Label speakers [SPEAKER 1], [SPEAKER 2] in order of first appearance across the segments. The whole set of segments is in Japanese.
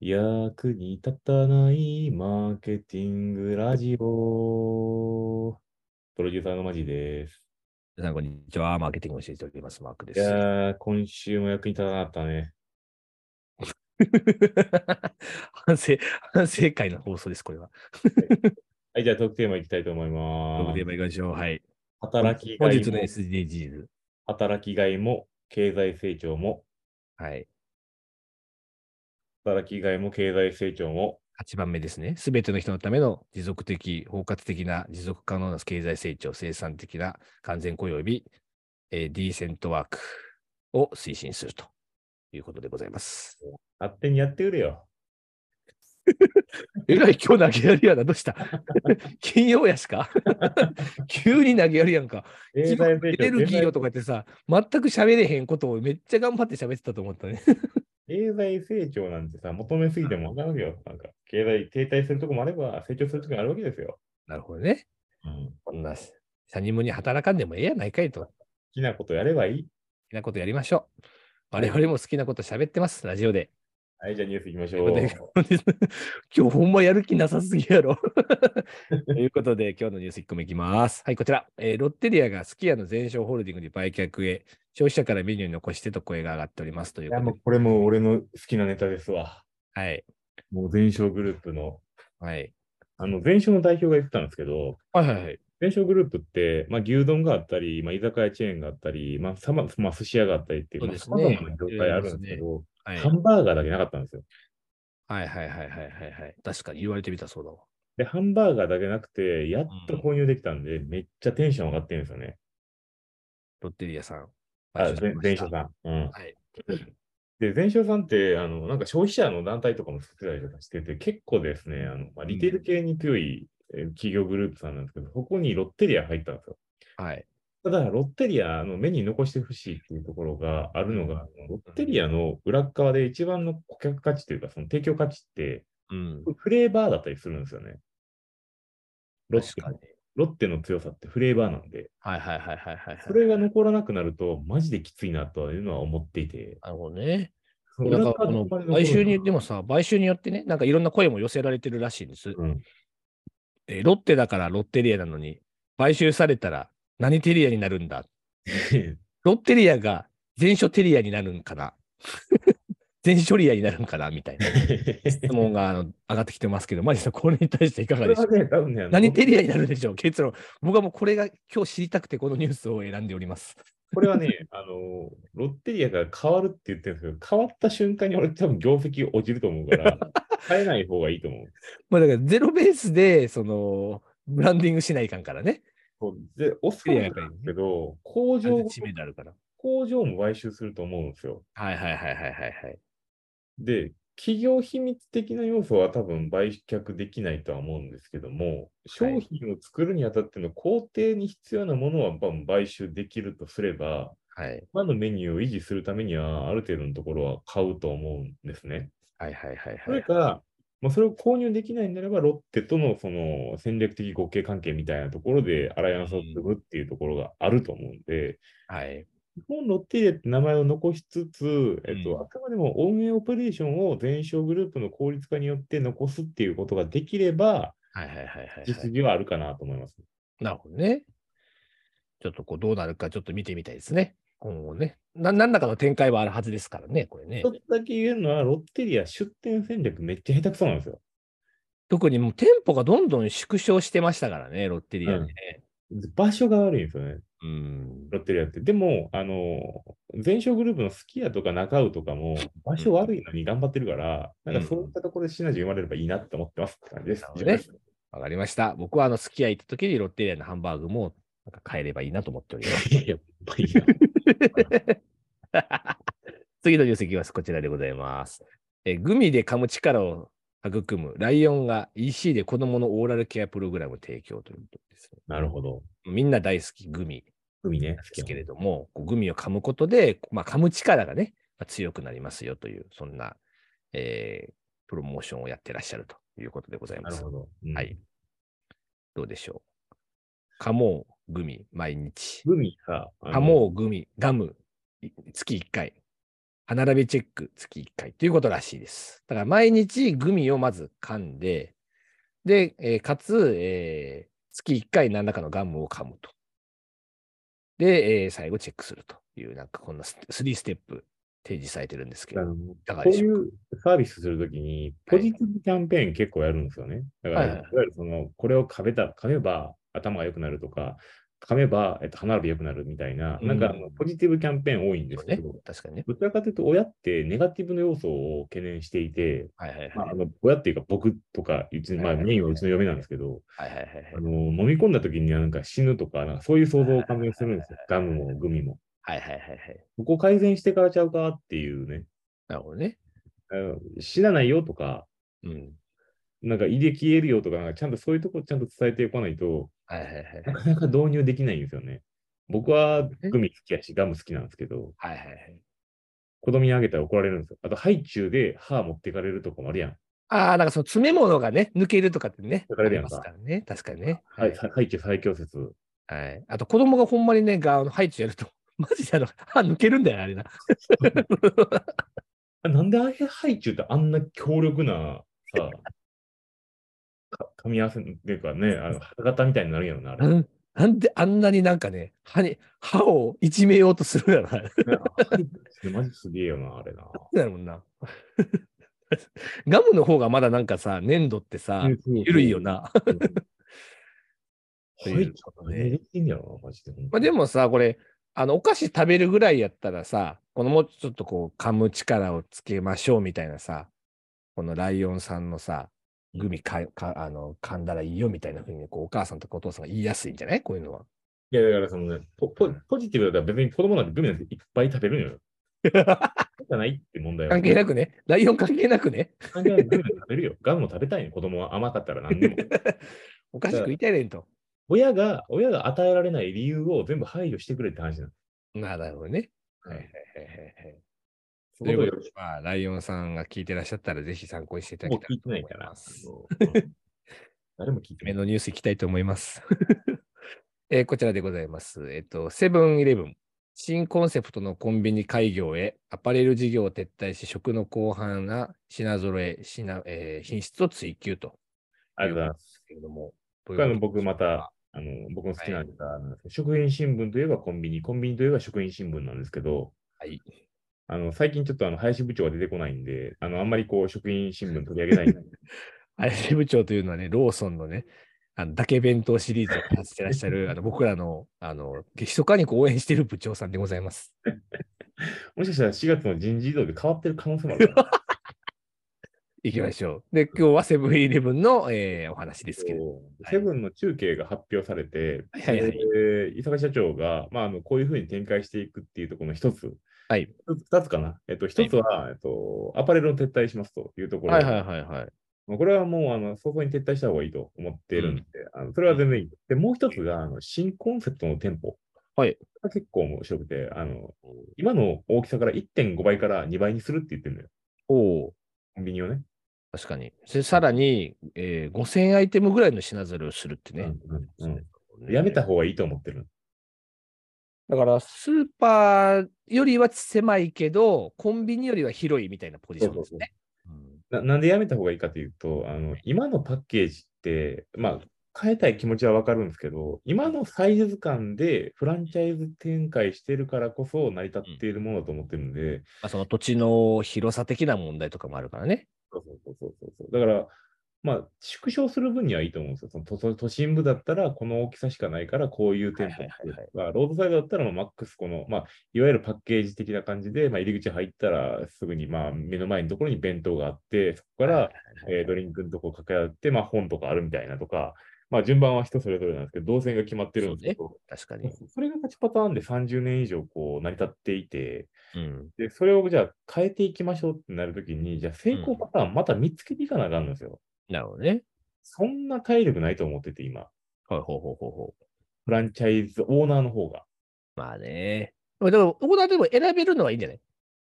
[SPEAKER 1] 役に立たないマーケティングラジオ。プロデューサーのマジです。
[SPEAKER 2] 皆さん、こんにちは。マーケティングを教えております。マークで
[SPEAKER 1] い
[SPEAKER 2] す。
[SPEAKER 1] やー、今週も役に立たなかったね。
[SPEAKER 2] 反省、反省会の放送です、これは。
[SPEAKER 1] はい、じゃあトークテーマいきたいと思いま
[SPEAKER 2] 僕
[SPEAKER 1] す
[SPEAKER 2] で。行きましょう。はい。
[SPEAKER 1] 働きが
[SPEAKER 2] 本
[SPEAKER 1] い
[SPEAKER 2] 日の
[SPEAKER 1] も、
[SPEAKER 2] SDGs。
[SPEAKER 1] 働きがいも、経済成長も、
[SPEAKER 2] はい。
[SPEAKER 1] 働きがいも、経済成長も、
[SPEAKER 2] 8番目ですね。すべての人のための持続的、包括的な、持続可能な経済成長、生産的な完全雇用及び、えーディーセントワークを推進するということでございます。
[SPEAKER 1] 勝手にやってくれよ。
[SPEAKER 2] えらい、今日投げやりやな。どうした 金曜やしか 急に投げやりやんか。
[SPEAKER 1] 経済成
[SPEAKER 2] エ
[SPEAKER 1] 長、
[SPEAKER 2] ネルギーよ
[SPEAKER 1] 経
[SPEAKER 2] とか言ってさ、全く喋れへんことをめっちゃ頑張って喋ってたと思ったね。
[SPEAKER 1] 済経済成長なんてさ、求めすぎてもわからんわけよ。なんか、経済停滞するとこもあれば、成長するとこもあるわけですよ。
[SPEAKER 2] なるほどね。
[SPEAKER 1] うん。
[SPEAKER 2] こんな、サニムに働かんでもええやないかいと。好
[SPEAKER 1] 好きなことやればいい。
[SPEAKER 2] きなことやりましょう。我々も好きなこと喋ってます、ラジオで。
[SPEAKER 1] はい、じゃあニュースいきまし
[SPEAKER 2] という
[SPEAKER 1] ょ
[SPEAKER 2] こ
[SPEAKER 1] う
[SPEAKER 2] と。で今日ほんまやる気なさすぎ やろ。ということで、今日のニュース1個目いきます。はい、こちら。えーロッテリアがすき家の全商ホールディングに売却へ、消費者からメニューに残してと声が上がっておりますとい
[SPEAKER 1] いう
[SPEAKER 2] こ
[SPEAKER 1] や、
[SPEAKER 2] と
[SPEAKER 1] も
[SPEAKER 2] で
[SPEAKER 1] うこれも俺の好きなネタですわ。
[SPEAKER 2] はい。
[SPEAKER 1] もう全商グループの、
[SPEAKER 2] はい。
[SPEAKER 1] あの、全商の代表が言ってたんですけど、
[SPEAKER 2] はいはいはい。
[SPEAKER 1] 全商グループって、まあ、牛丼があったり、まあ、居酒屋チェーンがあったり、まあ、さま、まあ、寿司屋があったりっていう、
[SPEAKER 2] そう
[SPEAKER 1] まあ、
[SPEAKER 2] で
[SPEAKER 1] 様
[SPEAKER 2] すね
[SPEAKER 1] 々な業界あるんですけど、
[SPEAKER 2] はい
[SPEAKER 1] ハンバーガーだけなかったんですよ。
[SPEAKER 2] はいはいはいはいはいはい。確かに言われてみたらそうだわ。
[SPEAKER 1] で、ハンバーガーだけなくて、やっと購入できたんで、めっちゃテンション上がってるんですよね。
[SPEAKER 2] ロッテリアさん。
[SPEAKER 1] あ、
[SPEAKER 2] 買収され
[SPEAKER 1] 全
[SPEAKER 2] ま
[SPEAKER 1] 全
[SPEAKER 2] した
[SPEAKER 1] 商さん。うん。
[SPEAKER 2] はい。
[SPEAKER 1] で、全商さんって、あの、なんか消費者の団体とかも作ってたりとかしてて、結構ですね、あの、まあ、リテール系に強い、えー企業グループさんなんですけど、そこにロッテリア入ったんですよ。
[SPEAKER 2] はい。
[SPEAKER 1] ただ、ロッテリアの目に残してほしいっていうところがあるのが、あのロッテリアの裏っ側で一番の顧客価値というか、その提供価値って、
[SPEAKER 2] うん。
[SPEAKER 1] フレーバーだったりするんですよね。ロッ
[SPEAKER 2] 確
[SPEAKER 1] テ
[SPEAKER 2] かに。
[SPEAKER 1] ロッテの強さってフレーバーなんで、
[SPEAKER 2] はいはいはいはいはいはい。
[SPEAKER 1] それが残らなくなると、マジできついなというのは思っていて。
[SPEAKER 2] なるほどね。
[SPEAKER 1] その
[SPEAKER 2] なんか
[SPEAKER 1] 裏側
[SPEAKER 2] こ
[SPEAKER 1] で
[SPEAKER 2] の
[SPEAKER 1] 残る
[SPEAKER 2] 買収に、でもさ、買収によってね、なんかいろんな声も寄せられてるらしいんです。
[SPEAKER 1] うん
[SPEAKER 2] えーロッテだからロッテリアなのに、買収されたら何テリアになるんだ。ロッテリアが全書テリアになるんかな。 全書リアになるんかなみたいな質問があの上がってきてますけど、マジさん、これに対していか
[SPEAKER 1] こ
[SPEAKER 2] が
[SPEAKER 1] れ
[SPEAKER 2] でしょ
[SPEAKER 1] は
[SPEAKER 2] う
[SPEAKER 1] ね、多分ね、あの
[SPEAKER 2] 何テリアになるでしょう結論。僕はもうこれが今日知りたくてこのニュースを選んでおります。
[SPEAKER 1] これはね、あの、ロッテリアが変わるって言ってるんですけど、変わった瞬間に俺多分業績落ちると思う から、変えない方がいいと思う。
[SPEAKER 2] まあだからゼロベースで、その、ブランディングしないかんからね。
[SPEAKER 1] そうで、おそ
[SPEAKER 2] テリアが
[SPEAKER 1] ら
[SPEAKER 2] や
[SPEAKER 1] くなん
[SPEAKER 2] っぱりね
[SPEAKER 1] ですけど、工
[SPEAKER 2] あれ
[SPEAKER 1] 場
[SPEAKER 2] で、知名度あるから。
[SPEAKER 1] 工場も買収すると思うんですよ。
[SPEAKER 2] はいはいはいはいはいはい。
[SPEAKER 1] で、企業秘密的な要素は多分売却できないとは思うんですけども、
[SPEAKER 2] は
[SPEAKER 1] 商
[SPEAKER 2] い
[SPEAKER 1] 品を作るにあたっての工程に必要なものは多分買収できるとすれば、
[SPEAKER 2] はい
[SPEAKER 1] 今のメニューを維持するためには、ある程度のところは買うと思うんですね。
[SPEAKER 2] はいはいはい
[SPEAKER 1] そ
[SPEAKER 2] は
[SPEAKER 1] れ
[SPEAKER 2] い。
[SPEAKER 1] か、まあ、それを購入できないんであれば、ロッテとのその戦略的互恵関係みたいなところでアライアンスを組むっていうところがあると思うんで、
[SPEAKER 2] はい。
[SPEAKER 1] 日本ロッテリアって名前を残しつつ、えっ
[SPEAKER 2] うん
[SPEAKER 1] と、あくまでも運営オペレーションを全商グループの効率化によって残すっていうことができれば、
[SPEAKER 2] はいはいはいはい、は
[SPEAKER 1] 実
[SPEAKER 2] い。
[SPEAKER 1] 技はあるかなと思います。
[SPEAKER 2] なるほどね。ちょっとこうどうなるかちょっと見てみたいですね。今後ね。な何らかの展開はあるはずですからね、これね
[SPEAKER 1] 一。つだけ言えるのは、ロッテリア出店戦略めっちゃ下手くそなんですよ。
[SPEAKER 2] 特にもう店舗がどんどん縮小してましたからね、ロッテリアね。
[SPEAKER 1] 場所が悪いんですよね。
[SPEAKER 2] うん。
[SPEAKER 1] ロッテリアって。でも、あの、全商グループのすき家とか中尾とかも、場所悪いのに頑張ってるから、
[SPEAKER 2] うん
[SPEAKER 1] なんかそういったところでシナジー生まれればいいなって思ってますって感じです
[SPEAKER 2] な。るほどねわかりました。僕はあの、すき家行った時にロッテリアのハンバーグもなんか買えればいいなと思っております。
[SPEAKER 1] やっぱりな。
[SPEAKER 2] 次のニュースいきます。こちらでございます。えーグミで噛む力を育むライオンが EC で子供のオーラルケアプログラム提供ということです、ね。
[SPEAKER 1] なるほど。
[SPEAKER 2] みんな大好きグミ
[SPEAKER 1] 海ね、
[SPEAKER 2] ですけれ
[SPEAKER 1] ど。
[SPEAKER 2] ども、こうグミを噛むことで、まあ、噛む力がね、まあ強くなりますよという、そんな、えープロモーションをやってらっしゃるということでござい
[SPEAKER 1] な
[SPEAKER 2] ま
[SPEAKER 1] る
[SPEAKER 2] す
[SPEAKER 1] ほ。ど。うん
[SPEAKER 2] はい。どうでしょう。噛もうグミ、毎日。
[SPEAKER 1] 海さ、あの
[SPEAKER 2] 噛もうグミ、ガム、い月1回。歯並びチェック月1回ということらしいです。だから毎日グミをまず噛んで、で、えーかつ、えー月1回何らかのガムを噛むと。で、えー最後チェックするという、なんかこんなス3ステップ提示されてるんですけど。
[SPEAKER 1] あの
[SPEAKER 2] だから
[SPEAKER 1] こう
[SPEAKER 2] でし
[SPEAKER 1] い
[SPEAKER 2] ょ
[SPEAKER 1] うサービスするときに、ポジティブキャンペーン結構やるんですよね。だから、
[SPEAKER 2] はい
[SPEAKER 1] い
[SPEAKER 2] はい
[SPEAKER 1] わゆるその、これを噛めた、噛めば頭が良くなるとか、噛めば、えっと、歯並び良くなるみたいな、なんかあの
[SPEAKER 2] うん
[SPEAKER 1] ポジティブキャンペーン多いんですけ
[SPEAKER 2] ね
[SPEAKER 1] ど、。
[SPEAKER 2] 確かにね。
[SPEAKER 1] どちらかというと、親ってネガティブの要素を懸念していて、
[SPEAKER 2] はいはいはい。
[SPEAKER 1] まあ、あの親っていうか僕とか、うちの、まあ、
[SPEAKER 2] はいはい
[SPEAKER 1] メインはうちの嫁なんですけど、
[SPEAKER 2] はいはいはいはい
[SPEAKER 1] あの飲み込んだ時にはなんか死ぬとか、なんかそういう想像を勘弁するんですよ。ガムもグミも。
[SPEAKER 2] はいはいはいはい。
[SPEAKER 1] ここ改善してからちゃうかっていうね。
[SPEAKER 2] なるほどね。
[SPEAKER 1] あの死なないよとか、
[SPEAKER 2] うん。
[SPEAKER 1] なんか胃で消えるよとか、なんかちゃんとそういうとこちゃんと伝えてこないと、
[SPEAKER 2] はいはいはいはい。
[SPEAKER 1] なかなか導入できないんですよね。僕は
[SPEAKER 2] え
[SPEAKER 1] グミ好きやし、ガム好きなんですけど、
[SPEAKER 2] はいはいはい。
[SPEAKER 1] 子供にあげたら怒られるんですよ。あと、ハイチュウで歯持ってかれるとかもあるやん。
[SPEAKER 2] ああ、なんかその詰め物がね、抜けるとかってね、
[SPEAKER 1] 抜かれるやん
[SPEAKER 2] あり
[SPEAKER 1] か
[SPEAKER 2] ますからね。確かにね。
[SPEAKER 1] はい、ハイチュウ最強説。
[SPEAKER 2] はい。あと子供がほんまにね、があのハイチュウやると、 マジであの歯抜けるんだよね、あれな。
[SPEAKER 1] あなんであれハイチュウってあんな強力なさ、か噛み合わせっていうかね、あの歯型みたいになるんやろな、あれ。
[SPEAKER 2] なんなんであんなになんかね、歯に、歯をいじめようとするやろな。
[SPEAKER 1] ハイチュウって マジすげえよな、あれな。
[SPEAKER 2] なるもんな。 ガムの方がまだなんかさ、粘土ってさ、
[SPEAKER 1] ゆ
[SPEAKER 2] 緩いよ。な。
[SPEAKER 1] うん
[SPEAKER 2] と
[SPEAKER 1] ハイ
[SPEAKER 2] いう
[SPEAKER 1] チュウ何でできんやろな、マジで。
[SPEAKER 2] まあでもさ、これ、あの、お菓子食べるぐらいやったらさ、このもうちょっとこう、噛む力をつけましょうみたいなさ、このライオンさんのさ、グミかかあの噛んだらいいよみたいなふうにこうお母さんとかお父さんが言いやすいんじゃないこういうのは。
[SPEAKER 1] いや、だからそのね、ポポポジティブだったら別に子供なんてグミなんていっぱい食べるのよ。じゃないって問題は。
[SPEAKER 2] 関係なくね。ライオン関係なくね。
[SPEAKER 1] 関係ない。グミなんて食べるよ。ガムも食べたいね。子供は甘かったら何でも。
[SPEAKER 2] お菓子食いたいねんと。
[SPEAKER 1] 親が、親が与えられない理由を全部配慮してくれって話なの。
[SPEAKER 2] なるほどね。
[SPEAKER 1] うん
[SPEAKER 2] はいはいはいはいはい
[SPEAKER 1] そ
[SPEAKER 2] と
[SPEAKER 1] こ
[SPEAKER 2] い
[SPEAKER 1] と
[SPEAKER 2] う
[SPEAKER 1] よ
[SPEAKER 2] ことで、まあ、ライオンさんが聞いてらっしゃったら、ぜひ参考にしていた
[SPEAKER 1] も
[SPEAKER 2] だ
[SPEAKER 1] う
[SPEAKER 2] きた
[SPEAKER 1] 聞
[SPEAKER 2] い
[SPEAKER 1] い
[SPEAKER 2] と
[SPEAKER 1] てないか
[SPEAKER 2] 思いま
[SPEAKER 1] ら。
[SPEAKER 2] す。
[SPEAKER 1] あの誰も聞いてな
[SPEAKER 2] 目
[SPEAKER 1] い。
[SPEAKER 2] のニュースいきたいと思います。 えーこちらでございます。えっ、と、セブンイレブン。新コンセプトのコンビニ開業へ、アパレル事業を撤退し、食の広範な品揃え、品えー品質を追求と。
[SPEAKER 1] ありがとうございます。
[SPEAKER 2] す。けれども、
[SPEAKER 1] 僕あの僕ま
[SPEAKER 2] どういうこ
[SPEAKER 1] た、あの僕の好きなネタなんですけど、食品新聞といえばコンビニ、コンビニといえば食品新聞なんですけど、
[SPEAKER 2] はい
[SPEAKER 1] あの最近ちょっとあの林部長が出てこないんで、あのあんまりこう食品新聞取り上げないんで
[SPEAKER 2] とですか。アイ部長というのはね、ローソンのね、あのだけ弁当シリーズを発してらっしゃ る、あの僕らの、あの、密かにこう応援している部長さんでございます。
[SPEAKER 1] もしかしたら4月の人事異動で変わってる可能性もあるから。
[SPEAKER 2] いきましょう。で、今日はセブンイレブンの、えーお話 ですけれども
[SPEAKER 1] そうセブンの中継が発表されて、
[SPEAKER 2] はいはいはい
[SPEAKER 1] で伊坂社長が、まあ、あのこういうふうに展開していくっていうところの一つ、
[SPEAKER 2] はい
[SPEAKER 1] 二つかな。えっと、一つは、えっと、アパレルを撤退しますというところ、
[SPEAKER 2] はいはい。
[SPEAKER 1] まあこれはもうあの早々に撤退した方がいいと思っているんで、あのそれは全然いい。で、もう一つがあの新コンセプトの店舗。
[SPEAKER 2] はい。
[SPEAKER 1] 結構面白くて、あの今の大きさから1.5倍から2倍にするって言ってるんだよ。
[SPEAKER 2] おお、
[SPEAKER 1] コンビニをね。
[SPEAKER 2] 確かに。それさらに、えー、5000アイテムぐらいの品揃えをするってね。
[SPEAKER 1] うんうんうんやめた方がいいと思ってる。
[SPEAKER 2] だから、スーパーよりは狭いけど、コンビニよりは広いみたいなポジションですね。
[SPEAKER 1] ななんでやめた方がいいかというと、あの今のパッケージって、まあ、変えたい気持ちはわかるんですけど、今のサイズ感でフランチャイズ展開してるからこそ成り立っているものだと思ってるんで、
[SPEAKER 2] まあ、その土地の広さ的な問題とかもあるからね。
[SPEAKER 1] そうそうそうそうそう。だから、まあ、縮小する分にはいいと思うんですよ。その都都都心部だったら、この大きさしかないから、こういう店舗
[SPEAKER 2] はいはいはいは
[SPEAKER 1] まあロードサイドだったら、まあマックスこの、まあ、いわゆるパッケージ的な感じで、まあ、入り口入ったら、すぐに、まあ、目の前のところに弁当があって、そこか
[SPEAKER 2] はい
[SPEAKER 1] ら、
[SPEAKER 2] はいはい
[SPEAKER 1] えードリンクのとこ掛け合って、まあ、本とかあるみたいなとか、まあ、順番は人それぞれなんですけど、動線が決まってるんですけど、
[SPEAKER 2] 確かに。
[SPEAKER 1] それが勝ちパターンで30年以上こう成り立っていて、
[SPEAKER 2] うん。
[SPEAKER 1] で、それをじゃあ変えていきましょうってなるときに、じゃあ成功パターンまた見つけていかなあかんのですよ。
[SPEAKER 2] なるほどね。
[SPEAKER 1] そんな体力ないと思ってて、今。
[SPEAKER 2] はい、ほうほうほうほう。
[SPEAKER 1] フランチャイズオーナーの方が。
[SPEAKER 2] まあね。でも、ここだけでも選べるのはいいんじゃない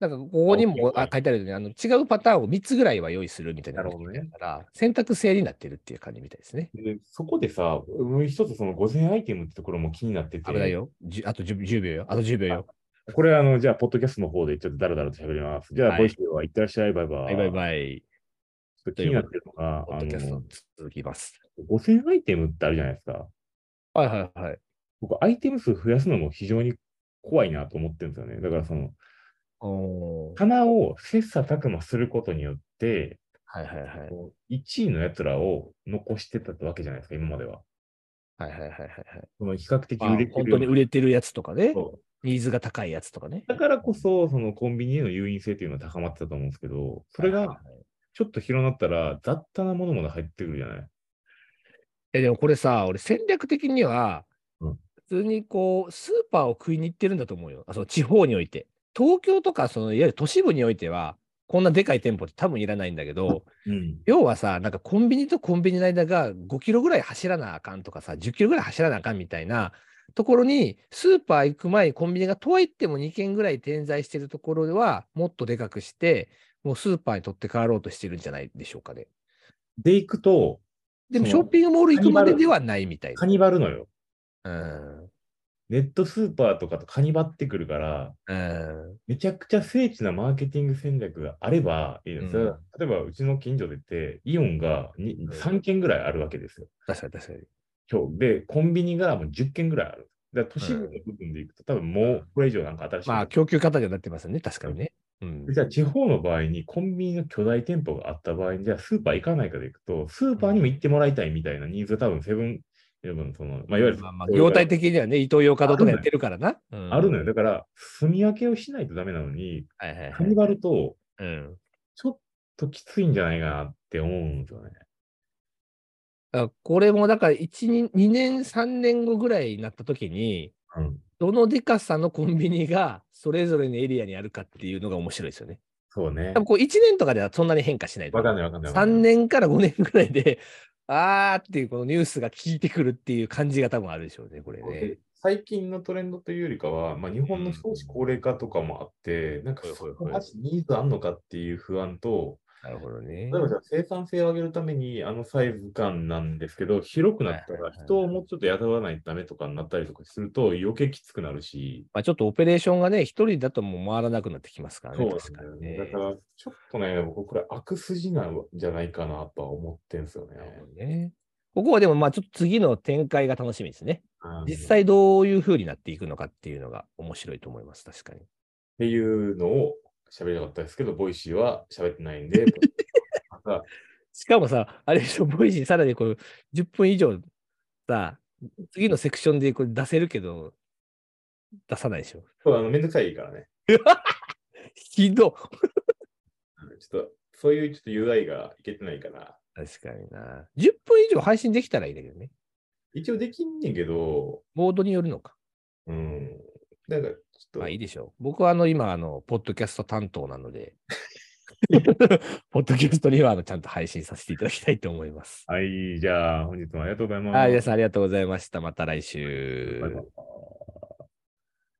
[SPEAKER 2] なんか、ここにも
[SPEAKER 1] あ
[SPEAKER 2] あ書いてあるように、あの違うパターンを3つぐらいは用意するみたいな
[SPEAKER 1] なるほどね
[SPEAKER 2] だから、選択制になってるっていう感じみたいですね。
[SPEAKER 1] でそこでさ、もう一つその5000アイテムってところも気になってて。
[SPEAKER 2] 危ないよ。じゅあと 10, 10秒よ。あと10秒よ。
[SPEAKER 1] これはあの、じゃあ、ポッドキャストの方でちょっとだらだらと喋ります。じゃあ、
[SPEAKER 2] はい
[SPEAKER 1] ボイシーはいってらっしゃい、バイバイ。
[SPEAKER 2] はい、バイバイ。
[SPEAKER 1] ちょっと気になってるのが、
[SPEAKER 2] ポ
[SPEAKER 1] あ
[SPEAKER 2] ッドキャス
[SPEAKER 1] の
[SPEAKER 2] ト、続きます。
[SPEAKER 1] 5000アイテムってあるじゃないですか。
[SPEAKER 2] はいはいはい。
[SPEAKER 1] 僕、アイテム数増やすのも非常に怖いなと思ってるんですよね。だから、その、
[SPEAKER 2] おー
[SPEAKER 1] 棚を切磋琢磨することによって、
[SPEAKER 2] はいはいはい。
[SPEAKER 1] 1位のやつらを残してたわけじゃないですか、今までは。
[SPEAKER 2] はいはいはいはい
[SPEAKER 1] その比較的
[SPEAKER 2] は
[SPEAKER 1] 売
[SPEAKER 2] い。ま
[SPEAKER 1] れ
[SPEAKER 2] あ
[SPEAKER 1] て
[SPEAKER 2] 本
[SPEAKER 1] る
[SPEAKER 2] 当
[SPEAKER 1] よう
[SPEAKER 2] に
[SPEAKER 1] な
[SPEAKER 2] 売れてるやつとかね。
[SPEAKER 1] そう
[SPEAKER 2] ニーズが高いやつとかね。
[SPEAKER 1] だからこそ、そのコンビニへの誘引性というのは高まってたと思うんですけど、それ
[SPEAKER 2] はいは
[SPEAKER 1] が
[SPEAKER 2] いはい
[SPEAKER 1] ちょっと広なったら、雑多なものまで入ってくるじゃない。
[SPEAKER 2] え、でもこれさ、俺戦略的には
[SPEAKER 1] うん、
[SPEAKER 2] 普通にこう、スーパーを食いに行ってるんだと思うよ。あその地方において。東京とか、そのいわゆる都市部においては、こんなでかい店舗って多分いらないんだけど、
[SPEAKER 1] うん。
[SPEAKER 2] 要はさ、なんかコンビニとコンビニの間が5キロぐらい走らなあかんとかさ、10キロぐらい走らなあかんみたいなところに、スーパー行く前にコンビニがとはいっても2軒ぐらい点在してるところは、もっとでかくして、もうスーパーに取って代わろうとしてるんじゃないでしょうかね。
[SPEAKER 1] で、行くと、
[SPEAKER 2] でもシ
[SPEAKER 1] そ
[SPEAKER 2] ョ
[SPEAKER 1] の
[SPEAKER 2] ッピングモール行くま
[SPEAKER 1] カニバ
[SPEAKER 2] で
[SPEAKER 1] ル
[SPEAKER 2] ではないみたい
[SPEAKER 1] カ
[SPEAKER 2] な。
[SPEAKER 1] ニバルのよ。
[SPEAKER 2] うん
[SPEAKER 1] ネットスーパーとかとカニバってくるから、
[SPEAKER 2] うん
[SPEAKER 1] めちゃくちゃ精緻なマーケティング戦略があればいいです、
[SPEAKER 2] うん
[SPEAKER 1] 例えば、うちの近所でって、イオンがに
[SPEAKER 2] ん
[SPEAKER 1] 3軒ぐらいあるわけですよ。
[SPEAKER 2] 確かに確かに。
[SPEAKER 1] 今日で、コンビニがもう10軒ぐらいある。だから都市部の部分でいくと、多分もうこれ以上なんか新しいの
[SPEAKER 2] まあ、供給方にはなってますよね、確かにね。うん
[SPEAKER 1] で。じゃあ地方の場合にコンビニの巨大店舗があった場合に、じゃあスーパー行かないかで行くと、スーパーにも行ってもらいたいみたいなニーズが多分セブン、イレブンその、まあ、いわゆる
[SPEAKER 2] まあまあ業態的にはね、伊東洋華堂とかやってるからな。
[SPEAKER 1] あるのよ。
[SPEAKER 2] よ。
[SPEAKER 1] だから、住み分けをしないとダメなのに、
[SPEAKER 2] はいはいは
[SPEAKER 1] カニ
[SPEAKER 2] い。
[SPEAKER 1] バルと
[SPEAKER 2] うん。
[SPEAKER 1] ちょっときついんじゃないかなって思うんですよね。
[SPEAKER 2] だからこれもだから、1、2 2年、3年後ぐらいになった時に、
[SPEAKER 1] うん。
[SPEAKER 2] どのでかさのコンビニがそれぞれのエリアにあるかっていうのが面白いですよね。
[SPEAKER 1] そうね
[SPEAKER 2] 多。分こう1年とかではそんなに変化しないと
[SPEAKER 1] わか。
[SPEAKER 2] 思うん
[SPEAKER 1] ないわかんない。
[SPEAKER 2] 3年から5年ぐらいで、あーっていうこのニュースが効いてくるっていう感じが多分あるでしょうね、これね
[SPEAKER 1] で。最近のトレンドというよりかは、まあ、日本の少子高齢化とかもあって、なんか
[SPEAKER 2] はい
[SPEAKER 1] そ
[SPEAKER 2] はいはい
[SPEAKER 1] こまでニーズあんのかっていう不安と、
[SPEAKER 2] なるほどね。
[SPEAKER 1] 例えばじゃあ生産性を上げるためにあのサイズ感なんですけど、広くなった
[SPEAKER 2] はいは
[SPEAKER 1] ら
[SPEAKER 2] いはい
[SPEAKER 1] 人をもうちょっと雇わないとダメとかになったりとかすると余計きつくなるし、
[SPEAKER 2] まあ、ちょっとオペレーションがね、一人だともう回らなくなってきますから
[SPEAKER 1] そ
[SPEAKER 2] ね、
[SPEAKER 1] うなん
[SPEAKER 2] 確か
[SPEAKER 1] だよ
[SPEAKER 2] に
[SPEAKER 1] ね。
[SPEAKER 2] ね。
[SPEAKER 1] だからちょっとね、僕これ悪筋なんじゃないかなとは思ってんすよね。
[SPEAKER 2] なるほどねここはでも、まあちょっと次の展開が楽しみですね。
[SPEAKER 1] うん
[SPEAKER 2] 実
[SPEAKER 1] っ
[SPEAKER 2] 際どういう風になっていくのかっていうのが面白いと思います、確かに。
[SPEAKER 1] ていうのを喋りたかったですけど、ボイシーは喋ってないんで、 また
[SPEAKER 2] しかもさ、あれでしょ、ボイシーさらにこう10分以上さ、次のセクションでこれ出せるけど、出さないでしょ。
[SPEAKER 1] そうあのめんどくさいからね。
[SPEAKER 2] ひど
[SPEAKER 1] うんちょっとそういうちょっと UI がいけてないから。
[SPEAKER 2] い確かにな。10分以上配信できたらいいんだけどね。
[SPEAKER 1] 一応できんねんけど、
[SPEAKER 2] モードによるのか。
[SPEAKER 1] うん。なんかちょっと。
[SPEAKER 2] まあいいでしょう。僕はあの今、あの、ポッドキャスト担当なので、 ポッドキャストにはあのちゃんと配信させていただきたいと思います。
[SPEAKER 1] はい、じゃあ本日もありがとうございます。
[SPEAKER 2] はい、皆さんありがとうございました。また来週。
[SPEAKER 1] バイバイ